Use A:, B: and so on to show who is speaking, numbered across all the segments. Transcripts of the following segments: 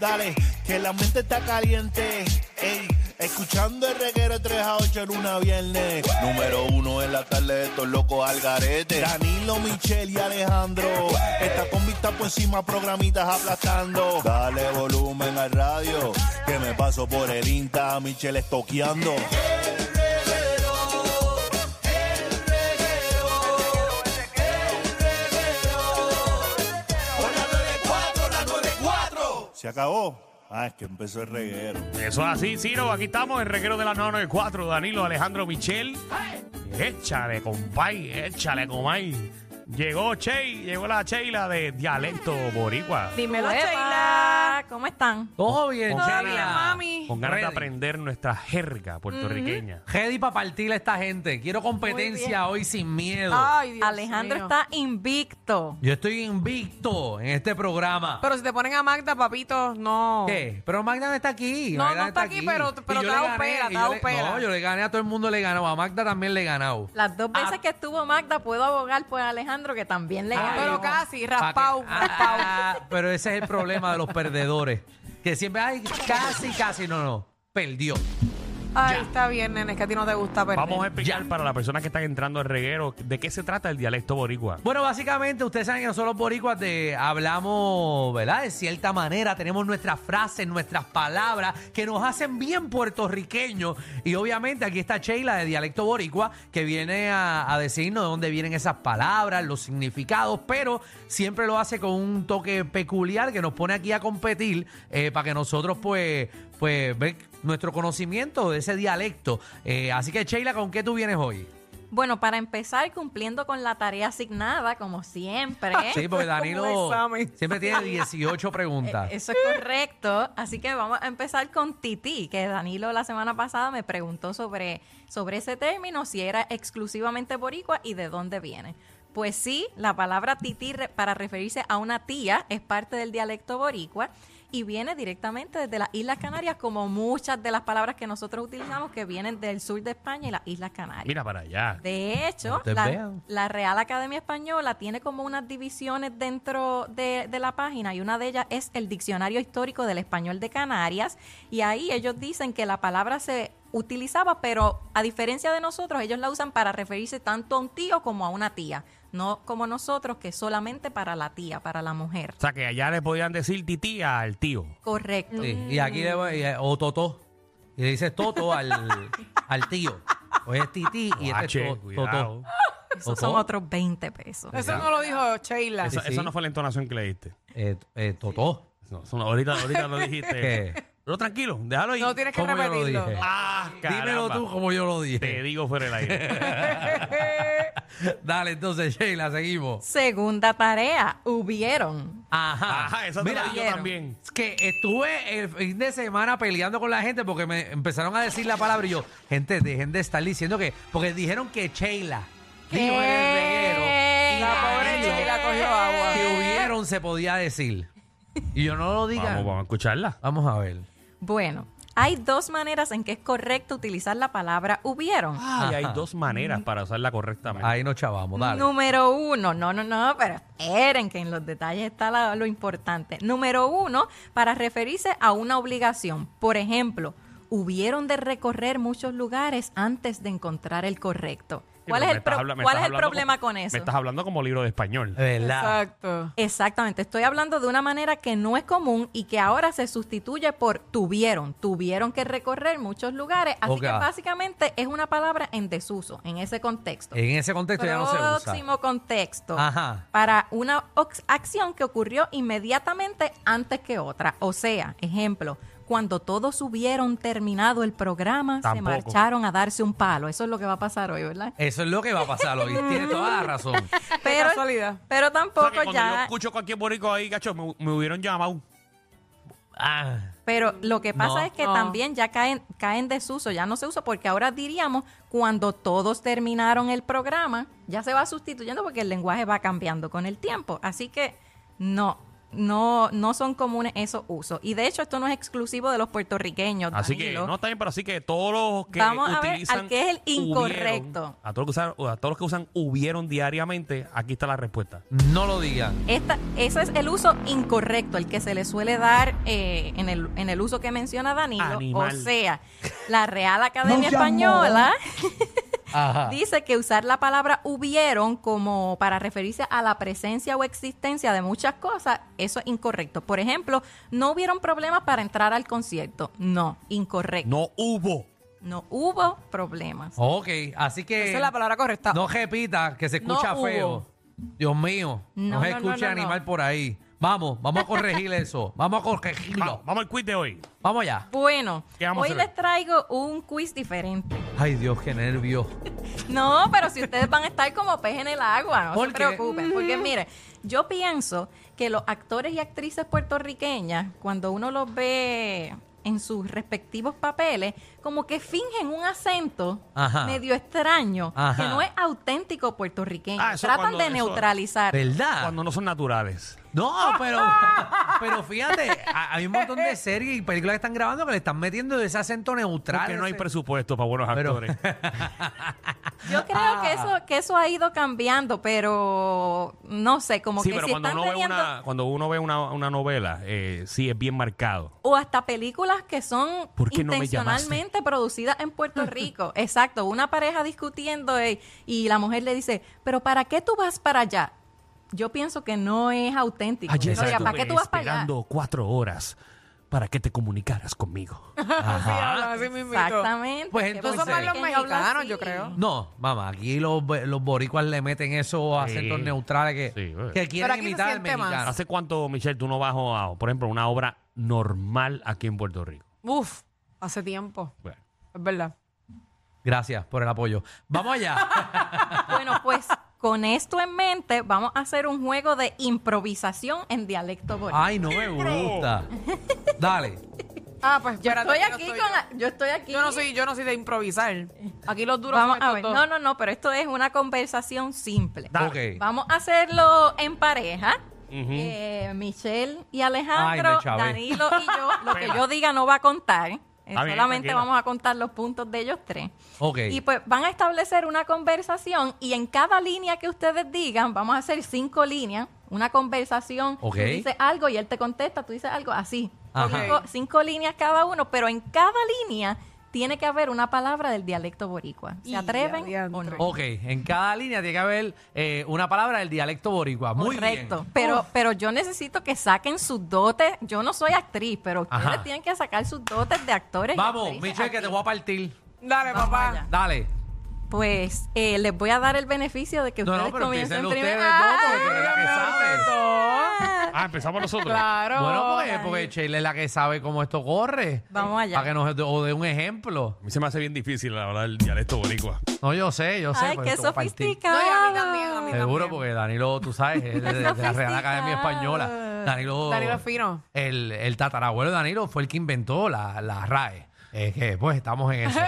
A: dale, que la mente está caliente. Ey, escuchando el reguero 3 a 8 en una viernes.
B: Número uno en la tarde de estos locos al garete.
A: Danilo, Michelle y Alejandro. Esta combi está por encima, programitas aplastando.
B: Dale volumen al radio, que me paso por el Insta, a Michelle estoqueando.
A: Se acabó. Ah, es que empezó el reguero.
C: Eso es así, Ciro. Aquí estamos en Reguero de la 994. Danilo, Alejandro, Michel. Échale, compay. Échale, comay. Llegó Che, llegó la Sheila de dialecto boricua.
D: Dímelo,
E: Hola,
D: Sheila. ¿Cómo están?
E: Todo bien,
C: Con
D: Todo
E: Chela.
D: bien, mami.
C: Con ganas de
E: Ready.
C: aprender nuestra jerga puertorriqueña.
E: Ready para partirle a esta gente. Quiero competencia hoy sin miedo.
D: Ay,
F: Dios
D: Alejandro
F: mío.
D: está invicto.
E: Yo estoy invicto en este programa.
F: Pero si te ponen a Magda, papito, no.
E: ¿Qué? Pero Magda no está aquí.
F: No,
E: Magda
F: no está aquí, pero-
E: Y
F: pero
E: yo
F: te ha
E: le
F: dado
E: gané,
F: pela,
E: y
F: te
E: yo
F: ha dado
E: le-
F: pela.
E: No, yo le gané a todo el mundo, le he ganado. A Magda también le he ganado.
D: Las dos
F: Ah.
D: veces que estuvo Magda, puedo abogar por Alejandro, que también le
E: Ah,
D: ganó.
F: Pero casi,
E: Pa' que-
F: raspado,
E: Ah,
F: raspado.
E: ah, pero ese es el problema de los perdedores. Que siempre, ay, casi, casi, no, no. Perdió.
F: Ay, está bien, nene, es que a ti no te gusta
D: Pues
F: perder.
C: Vamos a explicar para las personas que están entrando al reguero de qué se trata el dialecto boricua.
E: Bueno, básicamente ustedes saben que nosotros los boricuas de- hablamos, ¿verdad? De cierta manera, tenemos nuestras frases, nuestras palabras que nos hacen bien puertorriqueños. Y obviamente aquí está Sheila de Dialecto Boricua que viene a, a decirnos de dónde vienen esas palabras, los significados, pero siempre lo hace con un toque peculiar que nos pone aquí a competir eh, para que nosotros pues, pues ver nuestro conocimiento de ese dialecto. Eh, así que Sheila, ¿con qué tú vienes hoy?
D: Bueno, para empezar, cumpliendo con la tarea asignada, como siempre.
E: Sí,
F: Como
E: porque Danilo
F: examen.
E: siempre tiene 18 preguntas.
D: Eh, Eso es correcto. Así que vamos a empezar con Titi, que Danilo la semana pasada me preguntó sobre, sobre ese término, si era exclusivamente boricua y de dónde viene. Pues sí, la palabra tití re- para referirse a una tía es parte del dialecto boricua y viene directamente desde las Islas Canarias, como muchas de las palabras que nosotros utilizamos que vienen del sur de España y las Islas Canarias.
C: Mira para allá.
D: De hecho,
E: No te
D: la,
E: veo.
D: la Real Academia Española tiene como unas divisiones dentro de, de la página y una de ellas es el Diccionario Histórico del Español de Canarias y ahí ellos dicen que la palabra se utilizaba, pero a diferencia de nosotros, ellos la usan para referirse tanto a un tío como a una tía, no como nosotros que solamente para la tía, para la mujer.
C: O sea, que allá le podían decir tití al tío.
D: Correcto.
E: Sí, Y aquí le voy- y- eh, o Toto. Y le dices Toto al, al tío. O es Titi y este
C: Guache,
E: es to-
C: cuidado.
E: Toto.
D: Esos son
E: Totó.
D: otros 20 pesos.
F: Eso no lo dijo Sheila.
C: Esa,
E: Sí, sí.
C: esa no fue la entonación que le diste.
E: Eh, eh, Totó.
C: No, eso no, ahorita, ahorita lo dijiste.
E: ¿Qué?
C: Pero tranquilo, déjalo ahí.
F: No tienes que
E: ¿Cómo yo lo
F: repetirlo.
E: dije?
C: Ah,
E: Dímelo
C: caramba.
E: tú como yo lo
C: Te
E: dije.
C: digo fuera del aire.
E: Dale, entonces, Sheila, seguimos.
D: Segunda tarea, hubieron.
E: Ajá.
C: Ajá, eso te
E: Ah, Mira,
C: lo digo
D: vieron.
C: también.
E: Es que estuve el fin de semana peleando con la gente porque me empezaron a decir la palabra y yo, gente, dejen de estar diciendo que, porque dijeron que Sheila
D: ¿Qué?
E: dijo en el reguero y
D: La
F: pobre
E: Danilo
F: Sheila cogió agua.
E: Que hubieron se podía decir. Y yo no lo diga.
C: Vamos, vamos a escucharla.
E: Vamos a ver.
D: Bueno, hay dos maneras en que es correcto utilizar la palabra hubieron.
C: Ah, pues y hay
E: Ajá.
C: dos maneras para usarla correctamente.
E: Ahí nos chavamos, dale.
D: Número uno, no, no, no, pero esperen que en los detalles está la- lo importante. Número uno, para referirse a una obligación. Por ejemplo, hubieron de recorrer muchos lugares antes de encontrar el correcto.
C: Sí,
D: ¿Cuál
C: pero
D: es
C: me
D: el,
C: estás
D: pro-
C: habla- me
D: cuál
C: estás
D: es el
C: hablando
D: problema
C: como-
D: con eso?
C: Me estás hablando como libro de español.
E: Eh. ¿Verdad?
F: Exacto.
D: Exactamente, estoy hablando de una manera que no es común y que ahora se sustituye por tuvieron, tuvieron que recorrer muchos lugares, así
E: Ok.
D: que básicamente es una palabra en desuso en ese contexto.
C: Eh,
E: En ese contexto ya no se usa.
D: Próximo contexto.
E: Ajá.
D: Para una ox- acción que ocurrió inmediatamente antes que otra. O sea, ejemplo, cuando todos hubieron terminado el programa, se
C: Tampoco. Eh,
D: marcharon a darse un palo. Eso es lo que va a pasar hoy, ¿verdad?
E: Eso es lo que va a pasar hoy. Tiene toda la razón.
D: Pero,
F: casualidad.
D: pero
C: O sea,
D: tampoco
C: que cuando yo
D: ya.
C: escucho cualquier borico ahí, gacho, me, me hubieron llamado.
E: Ah,
D: Pero
C: Mm,
D: lo que pasa
E: No.
D: es que
F: No.
D: también ya caen, caen desuso, ya no se usa, porque ahora diríamos cuando todos terminaron el programa, ya se va sustituyendo porque el lenguaje va cambiando con el tiempo. Así que no, no, no son comunes esos usos. Y de hecho, esto no es exclusivo de los puertorriqueños.
C: Así que
D: Danilo.
C: no está bien, pero así que todos los que
D: Vamos a ver
C: utilizan
D: al que es el incorrecto.
C: hubieron, a todos los que usan, a todos los que usan hubieron diariamente, aquí está la respuesta.
E: No lo digan.
D: Esta- ese es el uso incorrecto, el que se le suele dar eh, en, el, en el uso que menciona Danilo.
C: Animal.
D: O sea, la Real Academia Española
C: Ah.
E: Ajá.
D: dice que usar la palabra hubieron como para referirse a la presencia o existencia de muchas cosas, eso es incorrecto. Por ejemplo, no hubieron problemas para entrar al concierto. No, incorrecto.
C: No Oh. hubo.
D: No hubo problemas.
E: Ok, así que
F: Esa es la palabra correcta.
E: no repita que se
F: No
E: escucha
F: hubo.
E: feo. Dios mío,
D: No,
E: no
D: no,
E: se
D: no,
E: escucha
D: no, no.
E: animal por ahí. Vamos, vamos a corregir eso. Vamos a corregirlo.
C: Va- vamos al quiz de hoy.
E: Vamos allá.
D: Bueno,
C: ¿Qué vamos a
D: hoy
C: hacer hoy?
D: les traigo un quiz diferente.
E: Ay, Dios, qué nervios.
D: No, pero si ustedes van a estar como pez en el agua, no
E: ¿Por
D: se
E: qué?
D: preocupen. Porque
C: Mm.
D: mire, yo pienso que los actores y actrices puertorriqueñas, cuando uno los ve en sus respectivos papeles, como que fingen un acento
E: Ajá.
D: medio extraño,
E: Ajá.
D: que no es auténtico puertorriqueño.
C: Ah, eso
D: Tratan
C: cuando-
D: de
C: eso-
D: neutralizar.
E: ¿Verdad?
C: Cuando no son naturales.
E: No, pero, pero fíjate, a- hay un montón de series y películas que están grabando que le están metiendo ese acento neutral.
C: Porque no hay
E: ese-
C: presupuesto para buenos
E: Pero-
C: actores.
D: Yo creo
C: Ah.
D: que eso que eso ha ido cambiando, pero no sé, como
C: sí,
D: que
C: pero
D: si
C: cuando,
D: están
C: uno ve
D: teniendo...
C: una, cuando uno ve una, una novela, eh, sí es bien marcado.
D: o hasta películas que son
C: ¿Por qué no me
D: intencionalmente producidas en Puerto Rico. Exacto, una pareja discutiendo eh, y la mujer le dice, pero ¿para qué tú vas para allá? Yo pienso que no es auténtico.
C: Ayer
D: O sea,
C: estuve
D: ¿para qué tú vas para allá?
C: esperando cuatro horas para que te comunicaras conmigo.
F: Así hablan, así mismito.
D: Exactamente.
E: Pues
D: que
E: entonces-
D: porque
E: Son más
F: los
D: que hablan
F: mexicanos,
D: así.
F: yo creo.
E: No, mamá, aquí los, bo- los boricuas le meten esos
C: Sí.
E: acentos neutrales que,
C: Sí, güey.
E: que
F: Pero
E: quieren
F: aquí se
E: imitar al
F: siente más.
E: mexicano.
C: ¿Hace cuánto, Michelle, tú no vas a, por ejemplo, una obra normal aquí en Puerto Rico?
F: Uf, hace tiempo.
C: Bueno,
F: Es verdad.
E: Gracias por el apoyo. Vamos allá.
D: Bueno, pues con esto en mente, vamos a hacer un juego de improvisación en dialecto boricua.
E: Ay, no me gusta. Dale.
F: Ah, pues
D: Yo
F: espérate,
D: estoy
F: no
D: aquí con la- yo estoy aquí.
F: Yo no soy, yo no soy de improvisar. Aquí los duros
D: Vamos
F: son
D: a
F: estos
D: ver.
F: dos.
D: No, no, no, pero esto es una conversación simple.
E: Dale. Ok.
D: Vamos a hacerlo en pareja. Eh, Michelle y
E: Ay,
D: Alejandro,
E: me chavé.
D: Danilo y yo, lo que
C: Pena.
D: yo diga no va a contar, eh,
C: Está bien,
D: solamente
C: tranquila.
D: vamos a contar los puntos de ellos tres.
E: Ah, Ok.
D: Y pues van a establecer una conversación y en cada línea que ustedes digan, vamos a hacer cinco líneas, una conversación,
E: Ok.
D: tú dices algo y él te contesta, tú dices algo así.
E: Ajá.
D: Cinco, cinco líneas cada uno, pero en cada línea tiene que haber una palabra del dialecto boricua. ¿Se
F: Y
D: atreven o
F: adiantre.
D: no?
E: Ok, en cada línea tiene que haber eh, una palabra del dialecto boricua. Muy
D: Correcto.
E: bien.
D: Pero, pero yo necesito que saquen sus dotes. Yo no soy actriz, pero ustedes
E: Ajá.
D: tienen que sacar sus dotes de actores. y
E: Vamos,
D: actrices
E: Michelle, que
D: aquí.
E: te voy a partir.
F: Dale,
D: Vamos
F: papá.
D: allá.
E: Dale.
D: Pues eh, les voy a dar el beneficio de que
E: No, no,
D: ustedes
E: pero
D: comiencen
E: piénsenlo
D: primero. Ah,
E: ustedes, no, porque tú eres la que
F: Los
E: sabe.
F: dos.
C: Ah, empezamos nosotros.
F: Claro.
E: Bueno, porque, porque Sheila es la que sabe cómo esto corre.
D: Vamos allá.
E: Para que nos o dé un ejemplo.
C: A mí se me hace bien difícil hablar el dialecto boricua.
E: No, yo sé, yo sé. pues,
D: Ay,
E: por
D: qué
E: eso voy a partir.
D: sofisticado.
F: No, y a mí también, a mí
E: Seguro,
F: también.
E: porque Danilo, tú sabes, es de, de la Real Academia Española. Danilo,
F: Danilo es fino.
E: El, el tatarabuelo de Danilo fue el que inventó la, la RAE. Es que pues estamos en eso.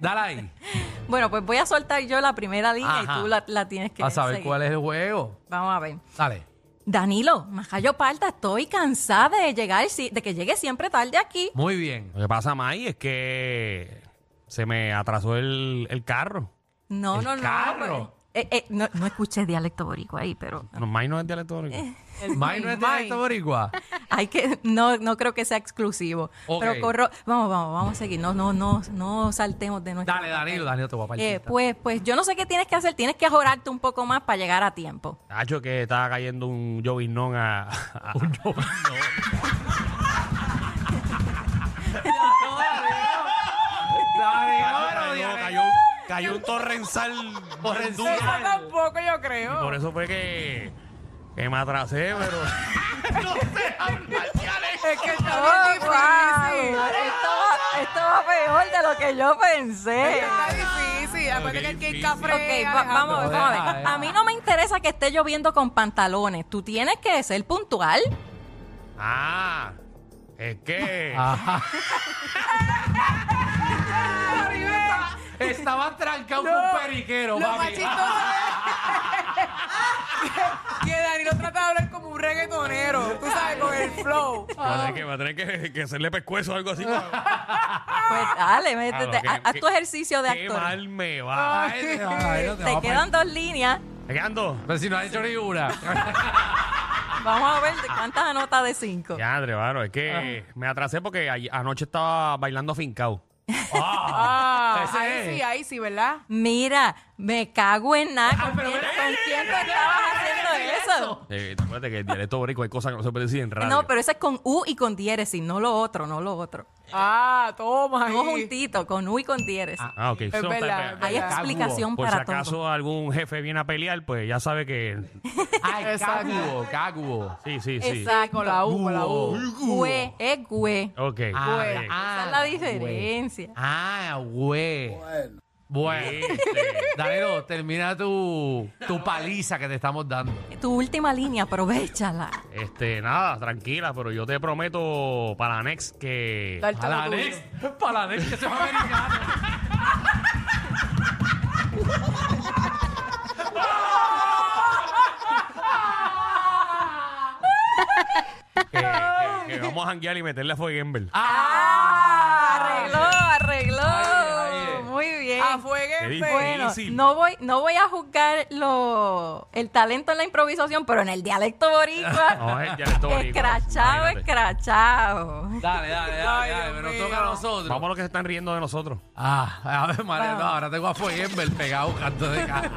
E: Dale ahí.
D: Bueno, pues voy a soltar yo la primera línea
E: Ajá.
D: y tú la, la tienes que
E: A saber
D: seguir.
E: cuál es el juego.
D: Vamos a ver.
E: Dale.
D: Danilo, Majayo Palta, estoy cansada de llegar, si- de que llegue siempre tarde aquí.
E: Muy bien.
C: Lo que pasa, May, es que se me atrasó el, el carro.
D: No,
E: El
D: no, no.
E: carro.
D: pues, eh, eh, no. No escuché dialecto boricua ahí, pero...
C: No, May no es dialecto boricua.
D: Eh.
E: May no es
C: este
E: dialecto boricua.
D: Hay que, no, no creo que sea exclusivo.
E: Ok.
D: Pero corro, vamos, vamos, vamos a seguir. No, no, no, no saltemos de nuestro.
E: Dale, Danilo, Danilo, te voy a partir.
D: Eh, pues, pues yo no sé qué tienes que hacer, tienes que ajorarte un poco más para llegar a tiempo.
C: Hacho que estaba cayendo un llovinón a... un
E: Danilo,
C: cayó, cayó un torrencial.
E: Torrencial.
F: Eso tampoco, yo
C: Y
F: creo.
C: Por eso fue que, que me atrasé, pero... no sé hablar dialecto.
F: Es que está
D: Oh,
F: bien difícil.
D: wow. Esto va, esto va peor de lo que yo pensé.
F: Está difícil. Acuérdate que aquí hay cafre.
D: Ok, va- vamos, a ver, vamos a ver. A mí no me interesa que esté lloviendo con pantalones. Tú tienes que ser puntual. Pues
C: Ah, es que...
E: Ajá. Estaba trancado con periquero,
F: Lo más
E: papi.
F: chistoso es que Danilo trata de hablar como un reggaetonero. Tú sabes, flow.
C: Va a tener que, va a tener que, que hacerle pescuezo o algo así.
D: Pues dale, métete,
C: Claro, qué-
D: Este haz tu
C: qué-
D: ejercicio de
C: Qué
D: actor.
C: mal me va.
E: Ay, ay, no te vas
D: Te
E: a
D: quedan dos líneas.
C: ¿Me quedan dos?
E: Pero si no has hecho ni una.
D: Vamos a ver de cuántas anotas de cinco.
C: Ya, André, mano, es que
D: Ah.
C: me atrasé porque ay- anoche estaba bailando afincado.
F: Ah,
E: Ese
F: ahí
E: es.
F: sí, ahí sí, ¿verdad?
D: Mira, me cago en nada. ¿Con,
E: Ah, pero
D: quién,
E: mira,
D: con quién tú estabas haciendo eso?
C: Eh, acuérdate que el dialecto borico hay cosas que no se pueden decir en radio.
D: No, pero eso es con U y con diéresis, no lo otro, no lo otro.
F: Ah, toma.
D: Todo
F: ahí.
D: juntito, con U y con diéresis.
C: Ah, ok. Eso está-
F: verdad, es
D: Hay
F: verdad.
D: explicación
C: Por si
D: para
C: acaso
D: todo.
C: algún jefe viene a pelear, pues ya sabe que...
E: Ay,
F: Exacto.
E: caguo, caguo.
C: Sí, sí, sí.
D: Exacto.
F: Con la U, con la U.
D: Güe, es güe.
C: Ok.
E: Ah,
D: Esa
E: ah,
D: es la
E: güey.
D: diferencia.
E: Ah, güey. Bueno. Bueno.
C: Este,
E: Danilo, termina tu, tu paliza que te estamos dando.
D: Tu última línea, aprovechala.
C: este, nada, tranquila, pero yo te prometo para la next que...
F: Darte lo tuyo.
E: Para la next, que se va americano.
C: que, que- que vamos a janguear y meterle a Fuegember.
D: Ah. Arregló, arregló.
E: Ah. Ay, eh. Ah, ay.
D: Muy bien.
F: A fuego
C: Qué
F: en fe.
D: Bueno,
C: difícil.
D: no voy, no voy a juzgar lo, el talento en la improvisación, pero en el dialecto boricua.
C: No, es el dialecto boricua,
D: Escrachado,
C: imagínate.
D: escrachado.
E: Dale, dale, dale,
F: Ay,
E: dale,
F: Dios
E: pero
F: mío.
E: toca a nosotros.
C: Vamos a los que se están riendo de nosotros.
E: Ah, a ver, María, no, ahora tengo a Fueguember pegado canto de cara.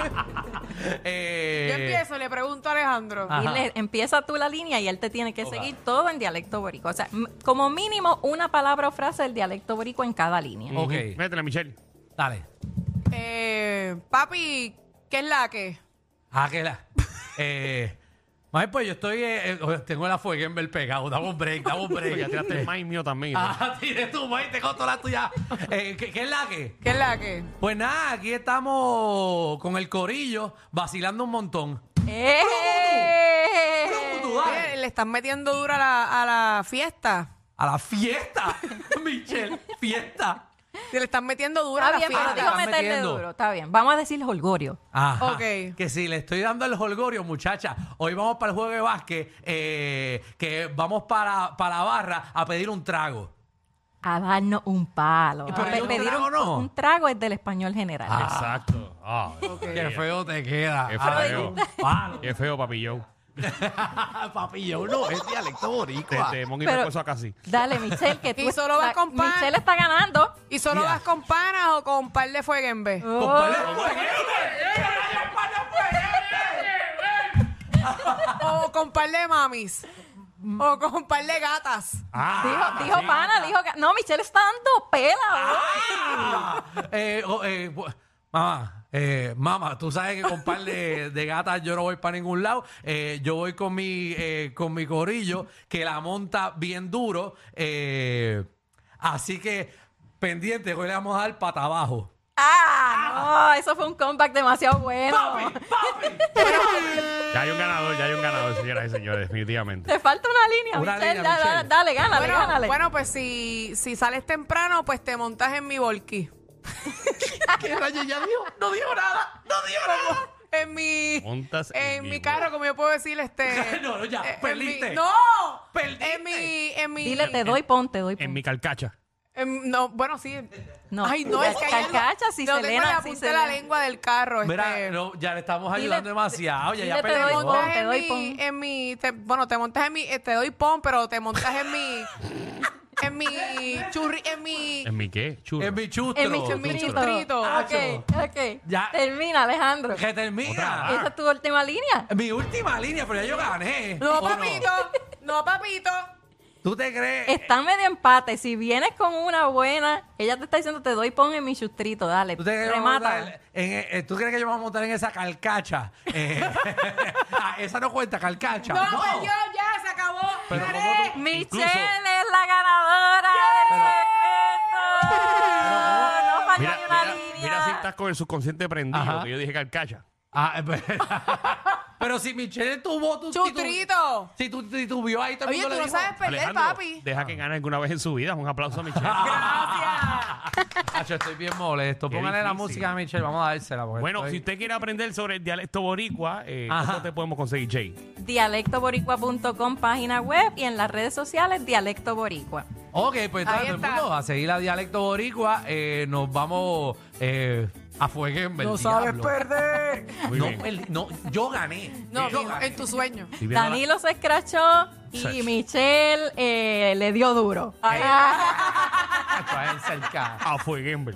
E: eh,
F: Yo empiezo, le pregunto a Alejandro.
E: Ah. Ajá.
D: Dile, empieza tú la línea y él te tiene que seguir todo en dialecto boricua. O sea, m- como mínimo una palabra o frase del dialecto boricua en cada línea.
E: Ok.
C: Ujú. Métele, Michelle.
E: Dale.
F: Eh, papi, ¿qué es la que?
E: Ah, que la. Eh. Maje, pues yo estoy. eh, eh, tengo la Fueguember pegado. Dame un break, dame un break.
C: Ya tiraste el maíz mío también. ¿no?
E: Ah, tienes tu maíz, tengo toda la tuya. Eh, ¿qué, qué es la que?
F: ¿Qué es la que?
E: Pues nada, aquí estamos con el corillo vacilando un montón.
D: ¡Eh!
E: Tú dale.
F: Oye, Eh, le están metiendo duro a la, a la fiesta.
E: A la fiesta, Michelle, fiesta.
F: Se le están metiendo duro
D: Está
F: a la
D: bien, pero
E: te
F: fiesta.
D: dijo
E: están
D: meterle
E: metiendo.
D: duro. Está bien. Vamos a decirles holgorio.
E: Ajá.
F: Ok.
E: Que si le estoy dando el holgorio, muchacha. Hoy vamos para el juego de básquet, eh, que vamos para, para la barra a pedir un trago.
D: A darnos un palo.
E: ¿Y por
D: A
E: ahí un
D: pedir
E: trago no?
D: un trago es del español general.
C: Exacto. Ah,
E: Qué feo te queda.
C: Qué
E: Ah,
C: feo.
E: palo.
C: Qué feo, papi Joe.
E: Papi, yo no, es dialecto
C: Te,
E: boricua.
C: te pongo y
D: Pero-
C: me puso acá así.
D: Dale, Michelle, que tú...
F: Y solo vas
D: la-
F: con pan.
D: Michelle está ganando.
F: ¿Y solo
E: Ya.
F: vas con panas o con un par de fuego en vez?
E: Compadre, ¿eh?
D: Ah.
F: O con par de mamis. O con par de gatas.
C: Ah,
D: Dijo, dijo pana, dijo... que- No, Michelle está dando pela.
E: Ah. Eh, oh, eh, bu- mamá, eh, mamá, tú sabes que con par de, de gatas yo no voy para ningún lado. Eh, yo voy con mi, eh, con mi corillo que la monta bien duro. eh, así que pendiente, hoy le vamos a dar pata abajo.
D: Ah, no, eso fue un comeback demasiado bueno.
C: Ya hay un ganador, ya hay un ganador, señoras y señores, definitivamente.
D: Te falta una línea,
E: Una
D: Michelle.
E: línea,
D: da- da-
E: Michelle.
D: Dale, gánale,
F: Bueno,
D: gánale.
F: bueno, pues si, si sales temprano, pues te montas en mi volquí.
E: ¿Qué rayo ya dijo? No dijo nada, no dijo nada.
F: En mi.
C: Montas en
F: en
C: mi
F: mi carro, como yo puedo decir, este.
E: No, no, ya,
F: eh, en
E: perdiste.
F: mi- ¡No!
E: Perdiste.
F: En mi. En mi.
D: Dile, te doy pon, te doy pon.
C: En mi calcacha.
F: en- no, bueno, sí.
D: No.
F: Ay, no, es que hay algo-
D: Carcacha, si
F: lo
D: se
F: tengo en la
D: lena, si
F: punta
D: se
F: de la
D: lena.
F: lengua del carro.
E: Mira,
F: este.
E: no, ya le estamos
D: Dile-
E: ayudando demasiado. Ya,
D: dile
E: ya
D: te doy
F: te
E: perdimos.
D: pon.
F: montas en
D: doy
F: mi, en mi te- bueno te montas en mi eh, te doy pon pero te montas en mi en mi churri en mi
C: ¿En mi qué? Churro.
E: En mi chustro.
D: En mi
F: mi
D: chutrito.
F: chutrito.
D: Ok, ok.
E: Ya. ah.
D: Termina, Alejandro.
E: Que termina.
D: ¿Esa es tu última línea?
E: Mi última línea, pero ya yo gané.
F: no
E: ¿O
F: papito no papito
E: ¿Tú te crees?
D: Está medio empate. Si vienes con una buena, ella te está diciendo te doy pon en mi chustrito. Dale,
E: ¿Tú, te crees que yo me voy a montar
D: remata.
E: en- en- eh, ¿Tú crees que yo me voy a montar en esa calcacha? Eh, ah, esa no cuenta, calcacha.
F: no, pues yo ya se acabó
E: Pero
F: Gané.
E: ¿cómo tú-
D: Michelle
E: incluso-
D: es la ganadora del secreto. No falló
C: Mira,
D: ni una
C: mira,
D: línea.
C: mira si estás con el subconsciente prendido,
E: Ajá.
C: que yo dije calcacha.
E: Ah, eh, pero, pero si Michelle tuvo tu...
F: Chutrito.
E: Si tú titubió ahí, todo el
F: oye
E: mundo
F: tú
E: le
F: no
E: dijo,
F: sabes perder
C: Alejandro,
F: papi
E: Ah,
C: deja que gane alguna vez en su vida. Un aplauso a Michelle.
F: gracias
E: Acho, estoy bien molesto.
C: Qué
E: Póngale la
C: difícil.
E: música a Michelle, vamos a dársela. porque
C: Bueno,
E: pues estoy-
C: si usted quiere aprender sobre el dialecto boricua, eh,
E: Ajá.
C: ¿cómo te podemos conseguir, Jay?
D: Dialectoboricua.com, página web y en las redes sociales, Dialecto Boricua.
E: Ok, pues
F: Ahí
E: está, todo el
F: está.
E: mundo a seguir la dialecto boricua. eh, nos vamos eh, a fueguen,
F: No sabes perder.
C: Muy
E: no,
C: bien.
E: perdí, no, yo gané.
F: No,
E: yo
F: no, en tu sueño.
C: Estoy viendo la-
D: Danilo se escrachó
C: Sí.
D: y Michelle eh, le dio duro. Ah.
E: Acho, ahí cerca.
C: Ah, fue Gamble.